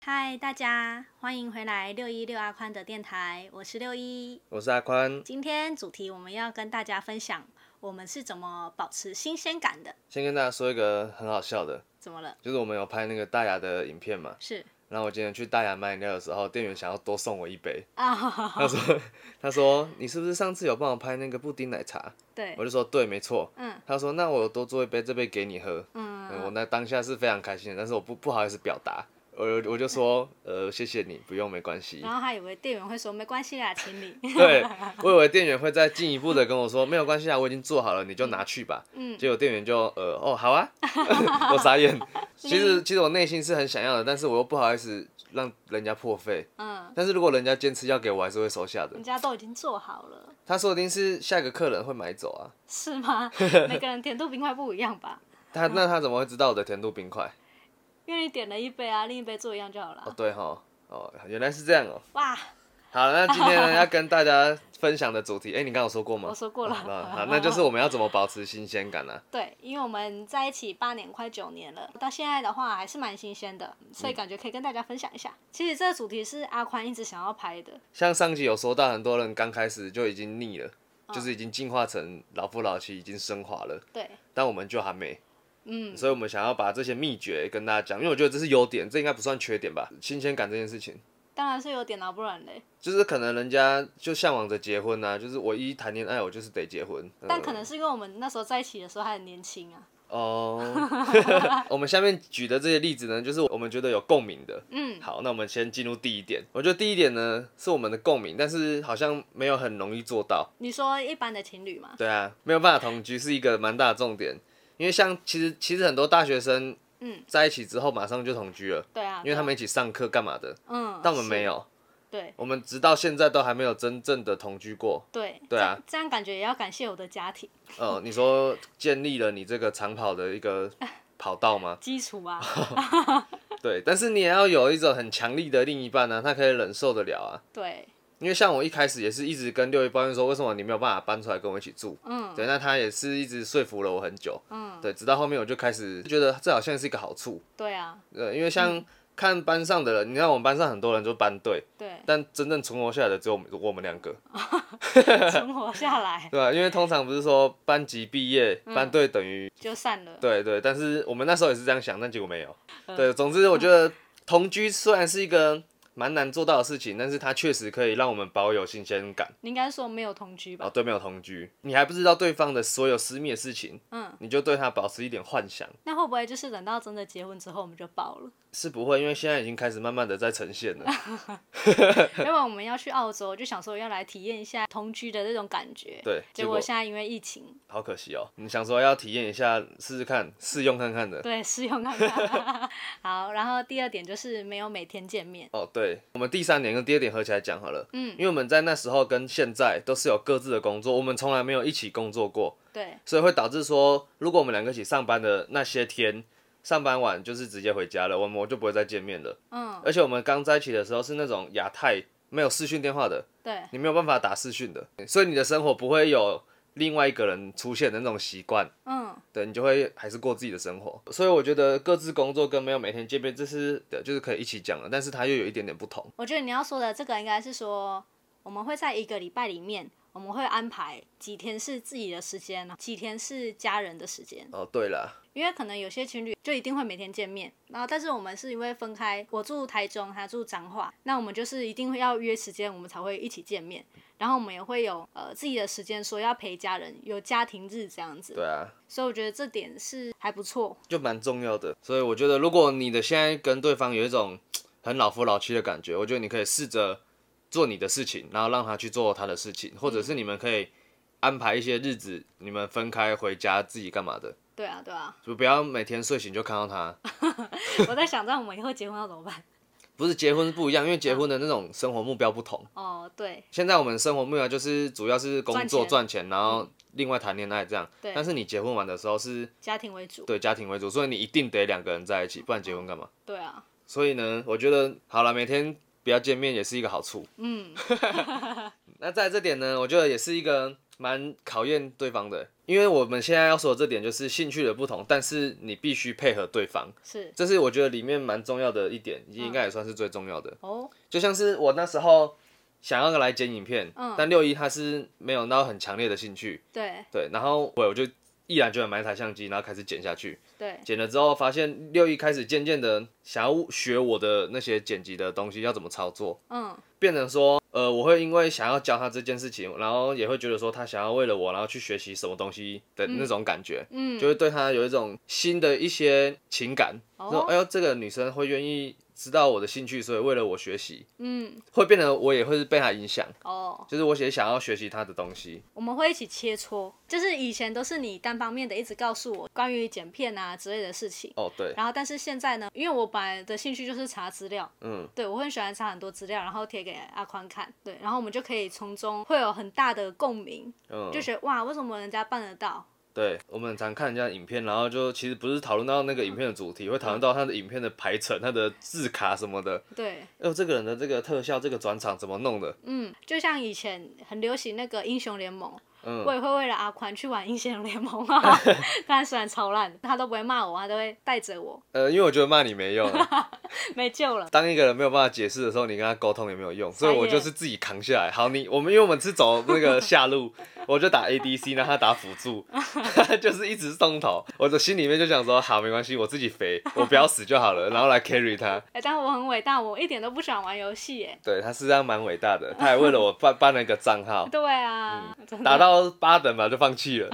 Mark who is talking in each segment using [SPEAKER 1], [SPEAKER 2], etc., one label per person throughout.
[SPEAKER 1] 嗨，大家欢迎回来六一六阿宽的电台，我是六一。
[SPEAKER 2] 我是阿宽。
[SPEAKER 1] 今天主题我们要跟大家分享我们是怎么保持新鲜感的。
[SPEAKER 2] 先跟大家说一个很好笑的，
[SPEAKER 1] 怎么了？
[SPEAKER 2] 就是我们有拍那个大牙的影片嘛。
[SPEAKER 1] 是
[SPEAKER 2] 然后我今天去大牙买饮料的时候，店员想要多送我一杯，
[SPEAKER 1] 啊、
[SPEAKER 2] 他说 他说你是不是上次有帮我拍那个布丁奶茶？
[SPEAKER 1] 对
[SPEAKER 2] 我，就说对，没错。
[SPEAKER 1] 嗯
[SPEAKER 2] 他说那我多做一杯，这杯给你喝。嗯，我
[SPEAKER 1] 嗯，
[SPEAKER 2] 那当下是非常开心的，但是我不不好意思表达，我我就说呃谢谢你，不用没关系
[SPEAKER 1] 然。后还以为店员会说没关系啦，请你。
[SPEAKER 2] 对，我以为店员会再进一步的跟我说没有关系啊，我已经做好了，你就拿去吧。
[SPEAKER 1] 嗯，
[SPEAKER 2] 结果店员就呃哦好 啊，我傻眼。其
[SPEAKER 1] 嗯
[SPEAKER 2] 实其实我内心是很想要的，但是我又不好意思让人家破费。
[SPEAKER 1] 嗯，
[SPEAKER 2] 但是如果人家坚持要给我，还是会收下的
[SPEAKER 1] 人。家都已经做好了，
[SPEAKER 2] 他说一定是下个客人会买走啊。
[SPEAKER 1] 是吗？每个人甜度冰块不一样吧？
[SPEAKER 2] 他那他怎么会知道我的甜度冰块？
[SPEAKER 1] 因为你点了一杯啊，另一杯做一样就好了啊。
[SPEAKER 2] 哦对哈，哦原来是这样哦。
[SPEAKER 1] 哇，
[SPEAKER 2] 好，那今天呢要跟大家分享的主题，哎、你刚刚有说过吗？
[SPEAKER 1] 我说过了
[SPEAKER 2] 哦那好，那就是我们要怎么保持新鲜感呢、啊？
[SPEAKER 1] 对，因为我们在一起八年快九年了，到现在的话还是蛮新鲜的，所以
[SPEAKER 2] 嗯
[SPEAKER 1] 感觉可以跟大家分享一下。其实这个主题是阿宽一直想要拍的，
[SPEAKER 2] 像上集有说到，很多人刚开始就已经腻了，
[SPEAKER 1] 哦
[SPEAKER 2] 就是已经进化成老夫老妻，已经升华了。
[SPEAKER 1] 对，
[SPEAKER 2] 但我们就还没。
[SPEAKER 1] 嗯，
[SPEAKER 2] 所以我们想要把这些秘诀跟大家讲，因为我觉得这是优点，这应该不算缺点吧。新鲜感这件事情，
[SPEAKER 1] 当然是有点拿不然嘞，
[SPEAKER 2] 就是可能人家就向往着结婚啊，就是我一谈恋爱，我就是得结婚。嗯
[SPEAKER 1] 但可能是因为我们那时候在一起的时候还很年轻啊，
[SPEAKER 2] 哦， 我们下面举的这些例子呢，就是我们觉得有共鸣的。
[SPEAKER 1] 嗯，
[SPEAKER 2] 好，那我们先进入第一点。我觉得第一点呢是我们的共鸣，但是好像没有很容易做到。
[SPEAKER 1] 你说一般的情侣嘛，
[SPEAKER 2] 对啊，没有办法同居是一个蛮大的重点，因为像其实其实很多大学生，
[SPEAKER 1] 嗯，
[SPEAKER 2] 在一起之后马上就同居了，
[SPEAKER 1] 对啊，
[SPEAKER 2] 因为他
[SPEAKER 1] 对
[SPEAKER 2] 们一起上课干嘛的。
[SPEAKER 1] 啊嗯，
[SPEAKER 2] 但我们没
[SPEAKER 1] 是，
[SPEAKER 2] 有，
[SPEAKER 1] 对
[SPEAKER 2] 我们直到现在都还没有真正的同居过。
[SPEAKER 1] 对
[SPEAKER 2] 对啊
[SPEAKER 1] 这，这样感觉也要感谢我的家庭
[SPEAKER 2] 呃，你说建立了你这个长跑的一个跑道吗？
[SPEAKER 1] 基础 啊，
[SPEAKER 2] 对，但是你也要有一种很强力的另一半啊呢、他可以忍受得了啊。
[SPEAKER 1] 对，
[SPEAKER 2] 因为像我一开始也是一直跟六一抱怨说，为什么你没有办法搬出来跟我一起住？
[SPEAKER 1] 嗯
[SPEAKER 2] 对，那他也是一直说服了我很久。
[SPEAKER 1] 嗯，
[SPEAKER 2] 对，直到后面我就开始觉得这好像是一个好处。
[SPEAKER 1] 对啊，
[SPEAKER 2] 呃，因为像看班上的人，你看我们班上很多人都班队，，
[SPEAKER 1] 对
[SPEAKER 2] 但真正存活下来的只有我们我们两个。
[SPEAKER 1] 存活下来
[SPEAKER 2] 对啊，因为通常不是说班级毕业，
[SPEAKER 1] 嗯
[SPEAKER 2] 班队等于、
[SPEAKER 1] 就散了，
[SPEAKER 2] 对对，但是我们那时候也是这样想，但结果没有。
[SPEAKER 1] 嗯
[SPEAKER 2] 对，总之我觉得同居虽然是一个蛮难做到的事情，但是它确实可以让我们保有新鲜感。
[SPEAKER 1] 你应该说没有同居
[SPEAKER 2] 然
[SPEAKER 1] 吧
[SPEAKER 2] 后，对面有同居，你还不知道对方的所有私密的事情，
[SPEAKER 1] 嗯。
[SPEAKER 2] 你就对他保持一点幻想，
[SPEAKER 1] 那会不会就是等到真的结婚之后我们就爆了？
[SPEAKER 2] 是不会，因为现在已经开始慢慢的在呈现 了。
[SPEAKER 1] 因为我们要去澳洲，就想说要来体验一下同居的这种感觉。
[SPEAKER 2] 对，
[SPEAKER 1] 结
[SPEAKER 2] 结
[SPEAKER 1] 果
[SPEAKER 2] 果
[SPEAKER 1] 现在因为疫情，
[SPEAKER 2] 好可惜哦。你想说要体验一下，试试看，试用看看的。
[SPEAKER 1] 对，试用看看。 好，然后第二点就是没有每天见面。
[SPEAKER 2] 哦，对，我们第三点跟第二点合起来讲好了。
[SPEAKER 1] 嗯
[SPEAKER 2] 因为我们在那时候跟现在都是有各自的工作，我们从来没有一起工作过，
[SPEAKER 1] 对，
[SPEAKER 2] 所以会导致说，如果我们两个一起上班的那些天，上班晚就是直接回家了，我们就不会再见面了。
[SPEAKER 1] 嗯，
[SPEAKER 2] 而且我们刚在一起的时候是那种亚太没有视讯电话的，
[SPEAKER 1] 对，
[SPEAKER 2] 你没有办法打视讯的，所以你的生活不会有另外一个人出现的那种习惯。
[SPEAKER 1] 嗯，
[SPEAKER 2] 对你就会还是过自己的生活，所以我觉得各自工作跟没有每天见面，这是的，就是可以一起讲的，但是它又有一点点不同。
[SPEAKER 1] 我觉得你要说的这个应该是说，我们会在一个礼拜里面，我们会安排几天是自己的时间，几天是家人的时间。
[SPEAKER 2] 哦，对了，
[SPEAKER 1] 因为可能有些情侣就一定会每天见面，然后但是我们是因为分开，我住台中，他住彰化，那我们就是一定会要约时间，我们才会一起见面。然后我们也会有呃自己的时间，说要陪家人，有家庭日这样子。
[SPEAKER 2] 对啊，
[SPEAKER 1] 所以我觉得这点是还不错。
[SPEAKER 2] 就蛮重要的。所以我觉得，如果你的现在跟对方有一种很老夫老妻的感觉，我觉得你可以试着做你的事情，然后让他去做他的事情，或者是你们可以安排一些日子，你们分开回家自己干嘛的，
[SPEAKER 1] 对啊，对啊。
[SPEAKER 2] 就不要每天睡醒就看到他。
[SPEAKER 1] 我在想，这样我们以后结婚要怎么办？
[SPEAKER 2] 不是结婚不一样，因为结婚的那种生活目标不同。
[SPEAKER 1] 哦，对
[SPEAKER 2] 现在我们生活目标就是主要是工作赚
[SPEAKER 1] 赚
[SPEAKER 2] 钱，然后另外谈恋爱这样。
[SPEAKER 1] 对
[SPEAKER 2] 但是你结婚完的时候是
[SPEAKER 1] 家庭为主。
[SPEAKER 2] 对家庭为主，所以你一定得两个人在一起，不然结婚干嘛？
[SPEAKER 1] 对啊，
[SPEAKER 2] 所以呢，我觉得好了，每天 不要见面也是一个好处。
[SPEAKER 1] 嗯，
[SPEAKER 2] 那在这点呢，我觉得也是一个蛮考验对方的，因为我们现在要说的这点就是兴趣的不同，但是你必须配合对方，
[SPEAKER 1] 是
[SPEAKER 2] 这是我觉得里面蛮重要的一点，应该也算是最重要的。
[SPEAKER 1] 哦，
[SPEAKER 2] 就像是我那时候想要来剪影片，
[SPEAKER 1] 嗯
[SPEAKER 2] 但六一他是没有到很强烈的兴趣，
[SPEAKER 1] 对
[SPEAKER 2] 对，然后我我就毅然决然买一台相机，然后开始剪下去。
[SPEAKER 1] 对，
[SPEAKER 2] 剪了之后，发现六一开始渐渐的想要学我的那些剪辑的东西要怎么操作，
[SPEAKER 1] 嗯
[SPEAKER 2] 变成说，呃，我会因为想要教他这件事情，然后也会觉得说他想要为了我，然后去学习什么东西的那种感觉，
[SPEAKER 1] 嗯，
[SPEAKER 2] 就会对他有一种新的一些情感，说，哎
[SPEAKER 1] 哦，
[SPEAKER 2] 呦，这个女生会愿意知道我的兴趣，所以为了我学习，
[SPEAKER 1] 嗯
[SPEAKER 2] 会变得我也会被他影响，
[SPEAKER 1] 哦，
[SPEAKER 2] 就是我也想要学习他的东西。
[SPEAKER 1] 我们会一起切磋，就是以前都是你单方面的一直告诉我关于剪片啊之类的事情，
[SPEAKER 2] 哦，对，
[SPEAKER 1] 然后但是现在呢，因为我本来的兴趣就是查资料，
[SPEAKER 2] 嗯，
[SPEAKER 1] 对，我会很喜欢查很多资料，然后贴给阿宽看，对，然后我们就可以从中会有很大的共鸣，
[SPEAKER 2] 嗯，
[SPEAKER 1] 就觉得哇，为什么人家办得到？
[SPEAKER 2] 对，我们很常看人家的影片，然后就其实不是讨论到那个影片的主题，会讨论到他的影片的排程、他的字卡什么的。
[SPEAKER 1] 对，
[SPEAKER 2] 哎呦，这个人的这个特效、这个转场怎么弄的？
[SPEAKER 1] 嗯，就像以前很流行那个英雄联盟，
[SPEAKER 2] 嗯
[SPEAKER 1] 我也会为了阿宽去玩英雄联盟啊。 他虽然超烂，他都不会骂我，他啊都会带着我，
[SPEAKER 2] 呃，因为我觉得骂你没用啊，
[SPEAKER 1] 没救了。
[SPEAKER 2] 当一个人没有办法解释的时候，你跟他沟通也没有用，所
[SPEAKER 1] 傻
[SPEAKER 2] 以
[SPEAKER 1] 眼
[SPEAKER 2] 我就是自己扛下来。好，你我们因为我们是走那个下路，我就打 ADC，让他打辅助， 就是一直送头。我的心里面就想说，好，没关系，我自己肥，我不要死就好 了，然后来 carry 他。
[SPEAKER 1] 哎、但我很伟大，我一点都不喜欢玩游戏耶。
[SPEAKER 2] 对他实际上蛮伟大的，他还为了我办办了一个账号。
[SPEAKER 1] 对啊，真
[SPEAKER 2] 打
[SPEAKER 1] 的，
[SPEAKER 2] 到八等吧就放弃 了，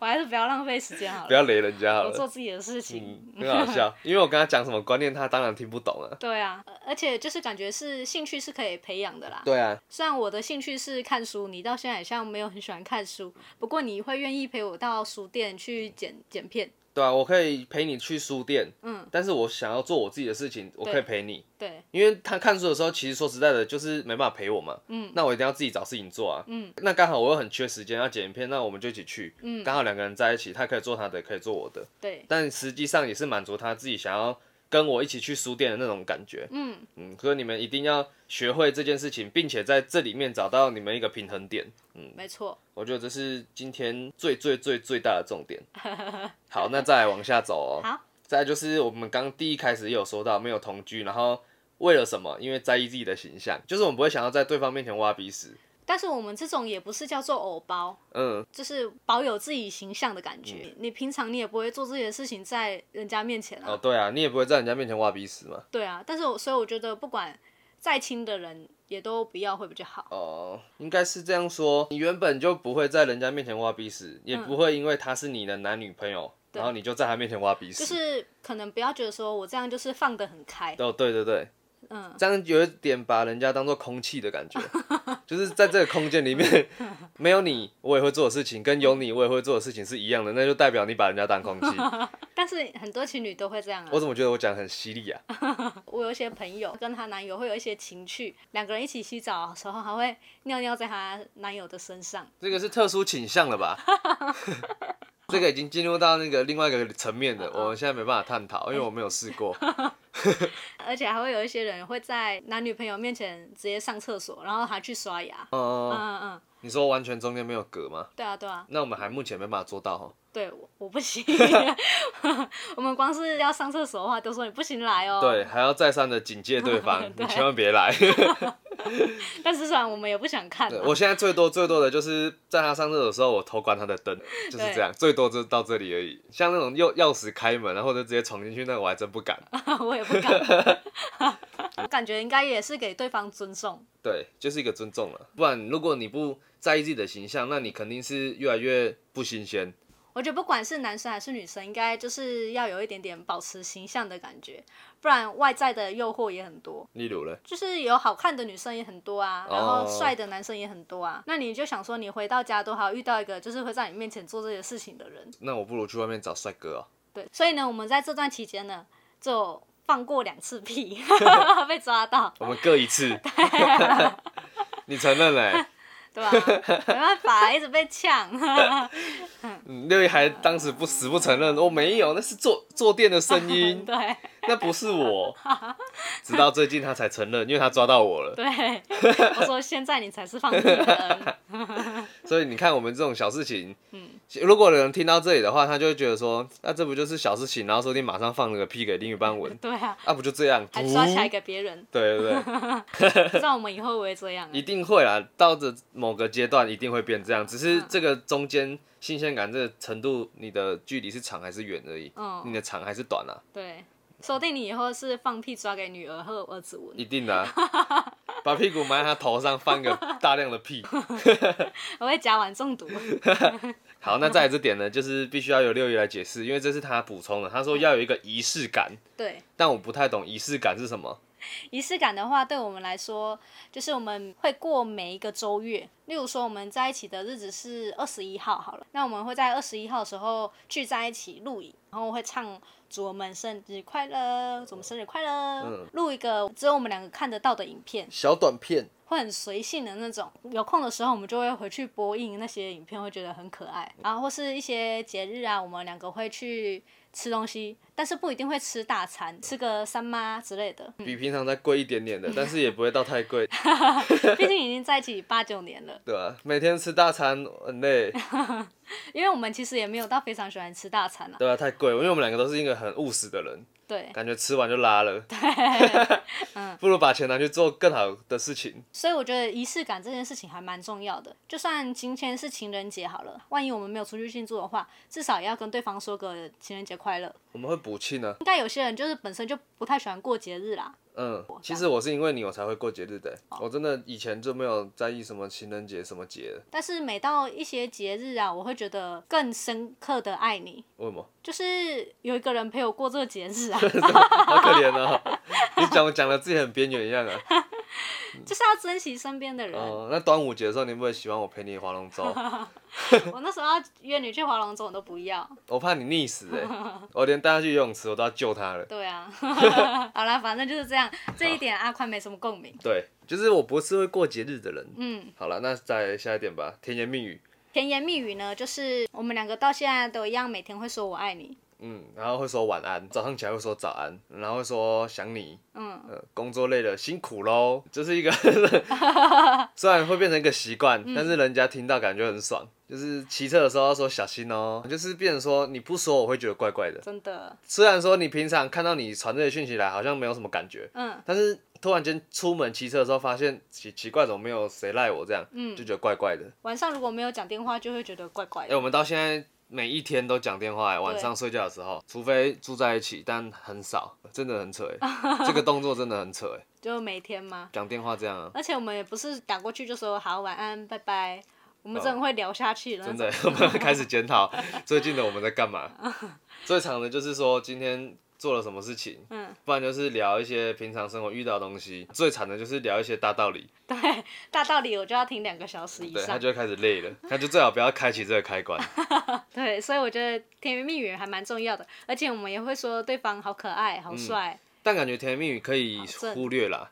[SPEAKER 1] 我还是不要浪费时间好
[SPEAKER 2] 不
[SPEAKER 1] 了，
[SPEAKER 2] 要雷人家好
[SPEAKER 1] 我做
[SPEAKER 2] 了。
[SPEAKER 1] 自己的事情。
[SPEAKER 2] 啊嗯，很 好笑，因为我跟他讲什么观念，他当然听不懂了。
[SPEAKER 1] 对啊，呃而且就是感觉是兴趣是可以培养的啦。
[SPEAKER 2] 对啊，
[SPEAKER 1] 虽然我的兴趣是看书，你到现在好像没有很喜欢看书，不过你会愿意陪我到书店去剪剪片。
[SPEAKER 2] 对啊，我可以陪你去书店，
[SPEAKER 1] 嗯，
[SPEAKER 2] 但是我想要做我自己的事情，我可以陪你，
[SPEAKER 1] 对，
[SPEAKER 2] 因为他看书的时候，其实说实在的，就是没办法陪我嘛。
[SPEAKER 1] 嗯，
[SPEAKER 2] 那我一定要自己找事情做啊。
[SPEAKER 1] 嗯，
[SPEAKER 2] 那刚好我又很缺时间要剪影片，那我们就一起去。
[SPEAKER 1] 嗯
[SPEAKER 2] 刚好两个人在一起，他可以做他的，也可以做我的，
[SPEAKER 1] 对，
[SPEAKER 2] 但实际上也是满足他自己想要跟我一起去书店的那种感觉。
[SPEAKER 1] 嗯，
[SPEAKER 2] 嗯，所以你们一定要学会这件事情，并且在这里面找到你们一个平衡点。
[SPEAKER 1] 没错。
[SPEAKER 2] 我觉得这是今天最最最最大的重点。 好，那再来往下走哦。
[SPEAKER 1] 好，
[SPEAKER 2] 再来就是我们刚第一开始也有说到，没有同居，然后为了什么？因为在意自己的形象，就是我们不会想要在对方面前挖鼻屎。
[SPEAKER 1] 但是我们这种也不是叫做偶包，
[SPEAKER 2] 嗯，
[SPEAKER 1] 就是保有自己形象的感觉。你平常你也不会做这些事情在人家面前啊。
[SPEAKER 2] 哦，对啊，你也不会在人家面前挖鼻屎嘛。
[SPEAKER 1] 对啊，但是我所以我觉得不管再亲的人也都不要会比较好。
[SPEAKER 2] 哦，应该是这样说，你原本就不会在人家面前挖鼻屎，也不会因为他是你的男女朋友，
[SPEAKER 1] 嗯对
[SPEAKER 2] 然后你就在他面前挖鼻
[SPEAKER 1] 就
[SPEAKER 2] 屎。
[SPEAKER 1] 是可能不要觉得说我这样就是放得很开，
[SPEAKER 2] 哦，对对对，
[SPEAKER 1] 嗯，
[SPEAKER 2] 这样有一点把人家当做空气的感觉， 就是在这个空间里面，没有你我也会做的事情，跟有你我也会做的事情是一样的，那就代表你把人家当空气。
[SPEAKER 1] 但是很多情侣都会这样啊。
[SPEAKER 2] 我怎么觉得我讲得很犀利啊？
[SPEAKER 1] 我有一些朋友跟她男友会有一些情趣，两个人一起洗澡的时候还会尿尿在她男友的身上。
[SPEAKER 2] 这个是特殊倾向了吧？ 这个已经进入到那个另外一个层面的，我们现在没办法探讨，因为我没有试过。
[SPEAKER 1] 而且还会有一些人会在男女朋友面前直接上厕所，然后还去刷牙。嗯
[SPEAKER 2] 嗯，
[SPEAKER 1] 嗯嗯，
[SPEAKER 2] 你说完全中间没有隔吗？
[SPEAKER 1] 对啊对啊，
[SPEAKER 2] 那我们还目前没办法做到哦。
[SPEAKER 1] 对我我不 行， 我们光是要上厕所的话，都说你不行来哦。
[SPEAKER 2] 对，，还要再三的警戒对 方，你千万别来。
[SPEAKER 1] 但是虽然我们也不想看啊、
[SPEAKER 2] 对，我现在最多最多的就是在他上厕所的时候，我偷关他的灯，就是这样，最多就到这里而已。像那种钥钥匙开门，然后就直接闯进去，那个我还真不敢。
[SPEAKER 1] 我也不敢。 我感觉应该也是给对方尊重。
[SPEAKER 2] 对，就是一个尊重了。不然如果你不在意自己的形象，那你肯定是越来越不新鲜。
[SPEAKER 1] 我觉得不管是男生还是女生，应该就是要有一点点保持形象的感觉，不然外在的诱惑也很多。
[SPEAKER 2] 例如嘞，
[SPEAKER 1] 就是有好看的女生也很多啊，然后
[SPEAKER 2] 哦
[SPEAKER 1] 帅的男生也很多啊。那你就想说，你回到家都还要遇到一个就是会在你面前做这些事情的人，
[SPEAKER 2] 那我不如去外面找帅哥哦。
[SPEAKER 1] 对。所以呢，我们在这段期间呢，就放过两次屁， 被抓到，
[SPEAKER 2] 我们各一次。 你承认嘞、
[SPEAKER 1] 对吧、没办法，一直被呛。
[SPEAKER 2] 嗯六一还当时不死不承认，我、没有，那是坐坐垫的声 音，
[SPEAKER 1] 对
[SPEAKER 2] 那不是我。直到最近他才承认，因为他抓到我了。
[SPEAKER 1] 对，我说现在你才是放屁的人。
[SPEAKER 2] 所以你看我们这种小事情，
[SPEAKER 1] 嗯，
[SPEAKER 2] 如果有人听到这里的话，他就会觉得说，那这不就是小事情？然后说不定马上放了个屁给另一半闻，
[SPEAKER 1] 对啊，
[SPEAKER 2] 啊，不就这样？
[SPEAKER 1] 还抓起来
[SPEAKER 2] 噗
[SPEAKER 1] 给别人，
[SPEAKER 2] 对对对，
[SPEAKER 1] 不知道我们以后会不会这样啊、
[SPEAKER 2] 一定会啦，到这某个阶段一定会变这样，只是
[SPEAKER 1] 嗯
[SPEAKER 2] 这个中间新鲜感这个程度，你的距离是长还是远而已，
[SPEAKER 1] 嗯
[SPEAKER 2] 你的长还是短啊，
[SPEAKER 1] 对，说不定你以后是放屁抓给女儿和儿子闻，
[SPEAKER 2] 一定 的啊、把屁股埋在他头上，放个大量的屁。
[SPEAKER 1] 我会甲烷中毒。
[SPEAKER 2] 好，那再来这点呢，就是必须要由六一来解释，因为这是他补充的。他说要有一个仪式感，
[SPEAKER 1] 对，
[SPEAKER 2] 但我不太懂仪式感是什么。
[SPEAKER 1] 仪式感的话，对我们来说，就是我们会过每一个周月。例如说，我们在一起的日子是二十一号好了，那我们会在二十一号的时候聚在一起录影，然后会唱“祝我们生日快乐，祝我们生日快乐
[SPEAKER 2] 嗯”，
[SPEAKER 1] 录、一个只有我们两个看得到的影片，
[SPEAKER 2] 小短片，
[SPEAKER 1] 会很随性的那种。有空的时候，我们就会回去播映那些影片，会觉得很可爱。然后或是一些节日啊，我们两个会去吃东西，但是不一定会吃大餐，吃个三妈之类的。
[SPEAKER 2] 比平常再贵一点点的，但是也不会到太贵，
[SPEAKER 1] 毕竟已经在一起八九年了，
[SPEAKER 2] 对吧、每天吃大餐很累，
[SPEAKER 1] 因为我们其实也没有到非常喜欢吃大餐啊。
[SPEAKER 2] 对吧、太贵，因为我们两个都是一个很务实的人，
[SPEAKER 1] 对，
[SPEAKER 2] 感觉吃完就拉了。不如把钱拿去做更好的事情。
[SPEAKER 1] 所以我觉得仪式感这件事情还蛮重要的。就算今天是情人节好了，万一我们没有出去庆祝的话，至少也要跟对方说个情人节快乐。
[SPEAKER 2] 我们会补啊气呢。
[SPEAKER 1] 应该有些人就是本身就不太喜欢过节日啦，
[SPEAKER 2] 嗯，其实我是因为你我才会过节日的、我真的以前就没有在意什么情人节什么节的，
[SPEAKER 1] 但是每到一些节日啊，我会觉得更深刻的爱你。
[SPEAKER 2] 为什么？
[SPEAKER 1] 就是有一个人陪我过这个节 日啊，
[SPEAKER 2] 好可怜哦， 你讲讲的自己很边缘一样啊。
[SPEAKER 1] 就是要珍惜身边的人。
[SPEAKER 2] 哦，那端午节的时候，你会不会喜欢我陪你划龙舟？
[SPEAKER 1] 我那时候要约你去划龙舟，我都不要。
[SPEAKER 2] 我怕你溺死哎、我连带他去游泳池我都要救他了。
[SPEAKER 1] 对 啊，好啦，反正就是这样，这一点阿宽没什么共鸣。
[SPEAKER 2] 对，就是我不是会过节日的人。
[SPEAKER 1] 嗯，
[SPEAKER 2] 好了，那再来下一点吧，甜言蜜语。
[SPEAKER 1] 甜言蜜语呢，就是我们两个到现在都一样，每天会说我爱你。
[SPEAKER 2] 嗯，然后会说晚安，早上起来会说早安，然后会说想你，
[SPEAKER 1] 嗯，
[SPEAKER 2] 呃，工作累了辛苦喽，这是一个 虽然会变成一个习惯，
[SPEAKER 1] 嗯
[SPEAKER 2] 但是人家听到感觉很爽。就是骑车的时候要说小心哦，就是变成说你不说我会觉得怪怪的。
[SPEAKER 1] 真的，
[SPEAKER 2] 虽然说你平常看到你传这些讯息来好像没有什么感觉，
[SPEAKER 1] 嗯，
[SPEAKER 2] 但是突然间出门骑车的时候发现奇奇怪怎么没有谁赖我这样，
[SPEAKER 1] 嗯
[SPEAKER 2] 就觉得怪怪的。
[SPEAKER 1] 晚上如果没有讲电话，就会觉得怪怪
[SPEAKER 2] 哎、
[SPEAKER 1] 的。
[SPEAKER 2] 我们到现在每一天都讲电话、哎晚
[SPEAKER 1] 对
[SPEAKER 2] 上睡觉的时候，除非住在一起，但很少，真的很扯、 哎这个动作真的很扯、哎
[SPEAKER 1] 就每天吗？
[SPEAKER 2] 讲电话这样啊，
[SPEAKER 1] 而且我们也不是打过去就说好晚安拜拜，我们真的会聊下去的那
[SPEAKER 2] 哦
[SPEAKER 1] 种。
[SPEAKER 2] 真 的、我们要开始检讨最近的我们在干嘛。 最长的就是说今天做了什么事情，
[SPEAKER 1] 嗯，
[SPEAKER 2] 不然就是聊一些平常生活遇到的东西。最惨的就是聊一些大道理，
[SPEAKER 1] 对，大道理我就要听两个小时以
[SPEAKER 2] 对他
[SPEAKER 1] 上。
[SPEAKER 2] 就会开始累了，他就最好不要开启这个 开关。
[SPEAKER 1] 对，所以我觉得甜言蜜语还蛮重要的，而且我们也会说对方好可爱、好帅，
[SPEAKER 2] 但感觉甜言蜜语可以
[SPEAKER 1] 正
[SPEAKER 2] 忽略啦，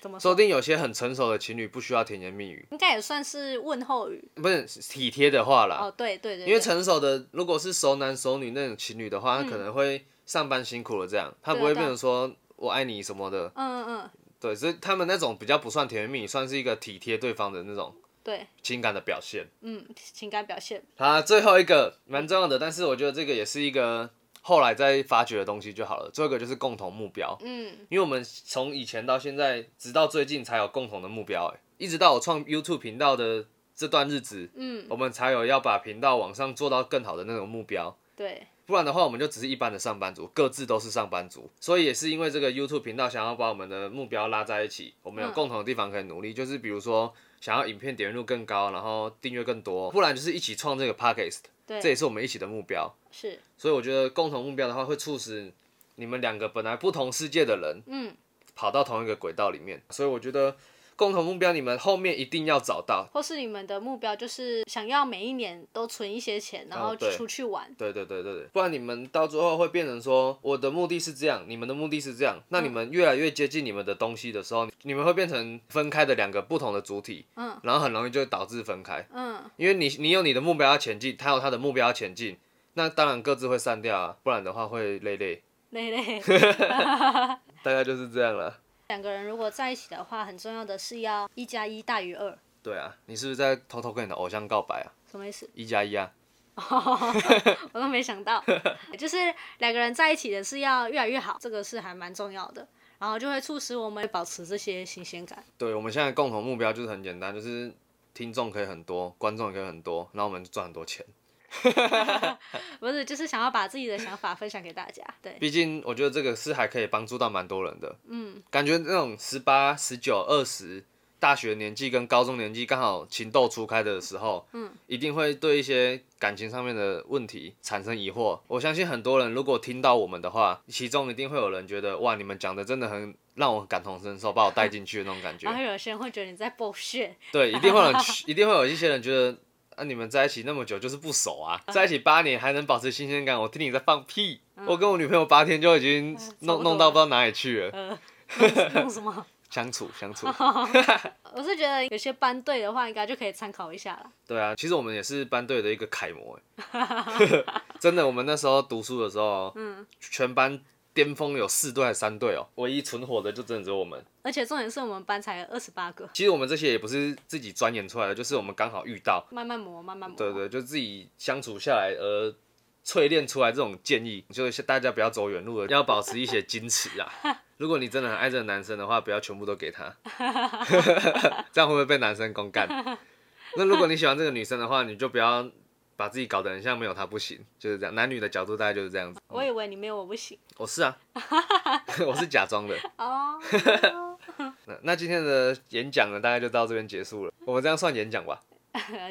[SPEAKER 1] 怎么
[SPEAKER 2] 说
[SPEAKER 1] 说？
[SPEAKER 2] 不定有些很成熟的情侣不需要甜言蜜语，
[SPEAKER 1] 应该也算是问候语。
[SPEAKER 2] 不是体贴的话啦。
[SPEAKER 1] 哦，对对对对，
[SPEAKER 2] 啊因为成熟的，如果是熟男熟女那种情侣的话，他可能会上班辛苦了这样，他不
[SPEAKER 1] 对啊
[SPEAKER 2] 会
[SPEAKER 1] 对啊
[SPEAKER 2] 变成说我爱你什么的。
[SPEAKER 1] 嗯嗯嗯，
[SPEAKER 2] 对，所以他们那种比较不算甜言蜜语，算是一个体贴对方的那种
[SPEAKER 1] 对，
[SPEAKER 2] 情感的表现。
[SPEAKER 1] 嗯，情感表现。
[SPEAKER 2] 好啊，最后一个蛮重要的，但是我觉得这个也是一个后来再发掘的东西就好了。最后一个就是共同目标，
[SPEAKER 1] 嗯，
[SPEAKER 2] 因为我们从以前到现在，直到最近才有共同的目标、哎，一直到我创 YouTube 频道的这段日子，
[SPEAKER 1] 嗯，
[SPEAKER 2] 我们才有要把频道往上做到更好的那种目标。
[SPEAKER 1] 对，
[SPEAKER 2] 不然的话，我们就只是一般的上班族，各自都是上班族，所以也是因为这个 YouTube 频道想要把我们的目标拉在一起，我们有
[SPEAKER 1] 嗯
[SPEAKER 2] 共同的地方可以努力，就是比如说想要影片点阅率更高，然后订阅更多，不然就是一起创这个 Podcast，这也
[SPEAKER 1] 对，
[SPEAKER 2] 是我们一起的目标。
[SPEAKER 1] 是，
[SPEAKER 2] 所以我觉得共同目标的话，会促使你们两个本来不同世界的人
[SPEAKER 1] 嗯，
[SPEAKER 2] 跑到同一个轨道里面，所以我觉得共同目标你们后面一定要找到。
[SPEAKER 1] 或是你们的目标就是想要每一年都存一些钱，然后
[SPEAKER 2] 哦对
[SPEAKER 1] 出去玩。
[SPEAKER 2] 对对对对对，不然你们到最后会变成说，我的目的是这样，你们的目的是这样。那你们越来越接近你们的东西的时候，你们会变成分开的两个不同的主体，
[SPEAKER 1] 嗯，
[SPEAKER 2] 然后很容易就导致分开，
[SPEAKER 1] 嗯，
[SPEAKER 2] 因为你你有你的目标要前进，他有他的目标要前进，那当然各自会散掉啊，不然的话会累累。
[SPEAKER 1] 累累。
[SPEAKER 2] 大概就是这样了。
[SPEAKER 1] 两个人如果在一起的话，很重要的是要一加一大于二。
[SPEAKER 2] 对啊，你是不是在偷偷跟你的偶像告白啊？
[SPEAKER 1] 什么意思？
[SPEAKER 2] 一加一啊，
[SPEAKER 1] 我都没想到，就是两个人在一起的是要越来越好，这个是还蛮重要的，然后就会促使我们保持这些新鲜感。
[SPEAKER 2] 对，我们现在共同目标就是很简单，就是听众可以很多，观众也可以很多，然后我们就赚很多钱。
[SPEAKER 1] 不是，就是想要把自己的想法分享给大家。 对，
[SPEAKER 2] 毕竟我觉得这个是还可以帮助到蛮多人的。嗯，感觉那种十八、十九、二十大学年纪跟高中年纪刚好情窦初开的时候，嗯，一定会对一些感情上面的问题产生疑惑。我相信很多人如果听到我们的话，其中一定会有人觉得哇，你们讲的真的很让我感同身受，把我带进去的那种感觉
[SPEAKER 1] 然。后有些人会觉得你在 bullshit，
[SPEAKER 2] 对，一定会有人，一定会有一些人觉得。啊！你们在一起那么久就是不熟啊，在一起八年还能保持新鲜感，我听你在放屁。我跟我女朋友八天就已经
[SPEAKER 1] 差
[SPEAKER 2] 弄
[SPEAKER 1] 不多
[SPEAKER 2] 弄到不知道哪里去了，
[SPEAKER 1] 呃，弄弄什么？
[SPEAKER 2] 相处相处。
[SPEAKER 1] 我是觉得有些班队的话，应该就可以参考一下啦。
[SPEAKER 2] 对啊，其实我们也是班队的一个楷模欸， 真的。我们那时候读书的时候，嗯，全班巅峰有四队还是三队哦，唯一存活的就真的只有我们。
[SPEAKER 1] 而且重点是我们班才二十八个，
[SPEAKER 2] 其实我们这些也不是自己钻研出来的，就是我们刚好遇到，
[SPEAKER 1] 慢慢磨，慢慢磨。
[SPEAKER 2] 对对，就自己相处下来而淬炼出来这种建议，就是大家不要走远路了，要保持一些矜持啊。如果你真的很爱这个男生的话，不要全部都给他， 这样会不会被男生公干？那如果你喜欢这个女生的话，你就不要把自己搞得很像没有她不行，就是这样。男女的角度大概就是这样子。
[SPEAKER 1] 我以为你没有我不行
[SPEAKER 2] 我是啊，我是假装的。
[SPEAKER 1] 哦。
[SPEAKER 2] 那那今天的演讲呢，大概就到这边结束了。我们这样算演讲吧。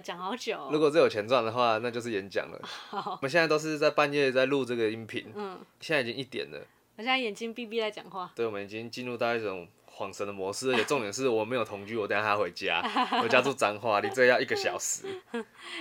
[SPEAKER 1] 讲好久哦、
[SPEAKER 2] 如果这有钱赚的话，那就是演讲了。我们现在都是在半夜在录这个音频，
[SPEAKER 1] 嗯，
[SPEAKER 2] 现在已经一点了，
[SPEAKER 1] 我现在眼睛闭闭在讲话，
[SPEAKER 2] 对，我们已经进入到一种恍神的模式，而且重点是我没有同居，我等一下还要回家，我家住彰化，离这要一个小时，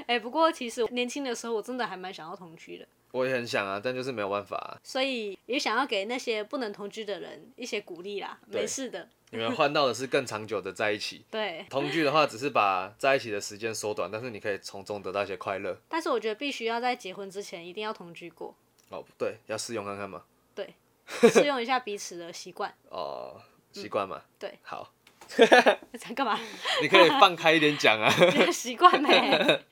[SPEAKER 1] 哎、不过其实年轻的时候我真的还蛮想要同居的，
[SPEAKER 2] 我也很想啊，但就是没有办法啊、
[SPEAKER 1] 所以也想要给那些不能同居的人一些鼓励啦，
[SPEAKER 2] 对
[SPEAKER 1] 没事的，
[SPEAKER 2] 你们换到的是更长久的在一起，
[SPEAKER 1] 对。
[SPEAKER 2] 同居的话只是把在一起的时间缩短，但是你可以从中得到一些快乐。
[SPEAKER 1] 但是我觉得必须要在结婚之前一定要同居过，
[SPEAKER 2] 哦，不对，要试用看看嘛，
[SPEAKER 1] 对，试用一下彼此的习惯。
[SPEAKER 2] 哦，习惯嘛，
[SPEAKER 1] 对，
[SPEAKER 2] 好，
[SPEAKER 1] 在干嘛？
[SPEAKER 2] 你可以放开一点讲啊。
[SPEAKER 1] 习惯没？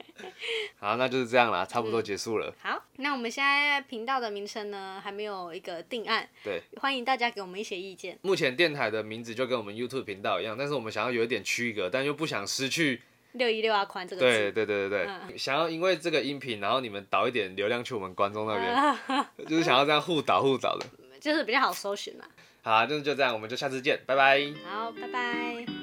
[SPEAKER 2] 好，那就是这样啦，差不多结束了。
[SPEAKER 1] 好，那我们现在频道的名称呢还没有一个定案，
[SPEAKER 2] 对，
[SPEAKER 1] 欢迎大家给我们一些意见。
[SPEAKER 2] 目前电台的名字就跟我们 YouTube 频道一样，但是我们想要有一点区隔，但又不想失去。
[SPEAKER 1] 六一六阿宽这个
[SPEAKER 2] 对
[SPEAKER 1] 字，
[SPEAKER 2] 对对对对，想要因为这个音频，然后你们导一点流量去我们观众那边，就是想要这样互导互导的。
[SPEAKER 1] 就是比较好搜寻啦。
[SPEAKER 2] 好啊，就是就这样，我们就下次见，拜拜。
[SPEAKER 1] 好，拜拜。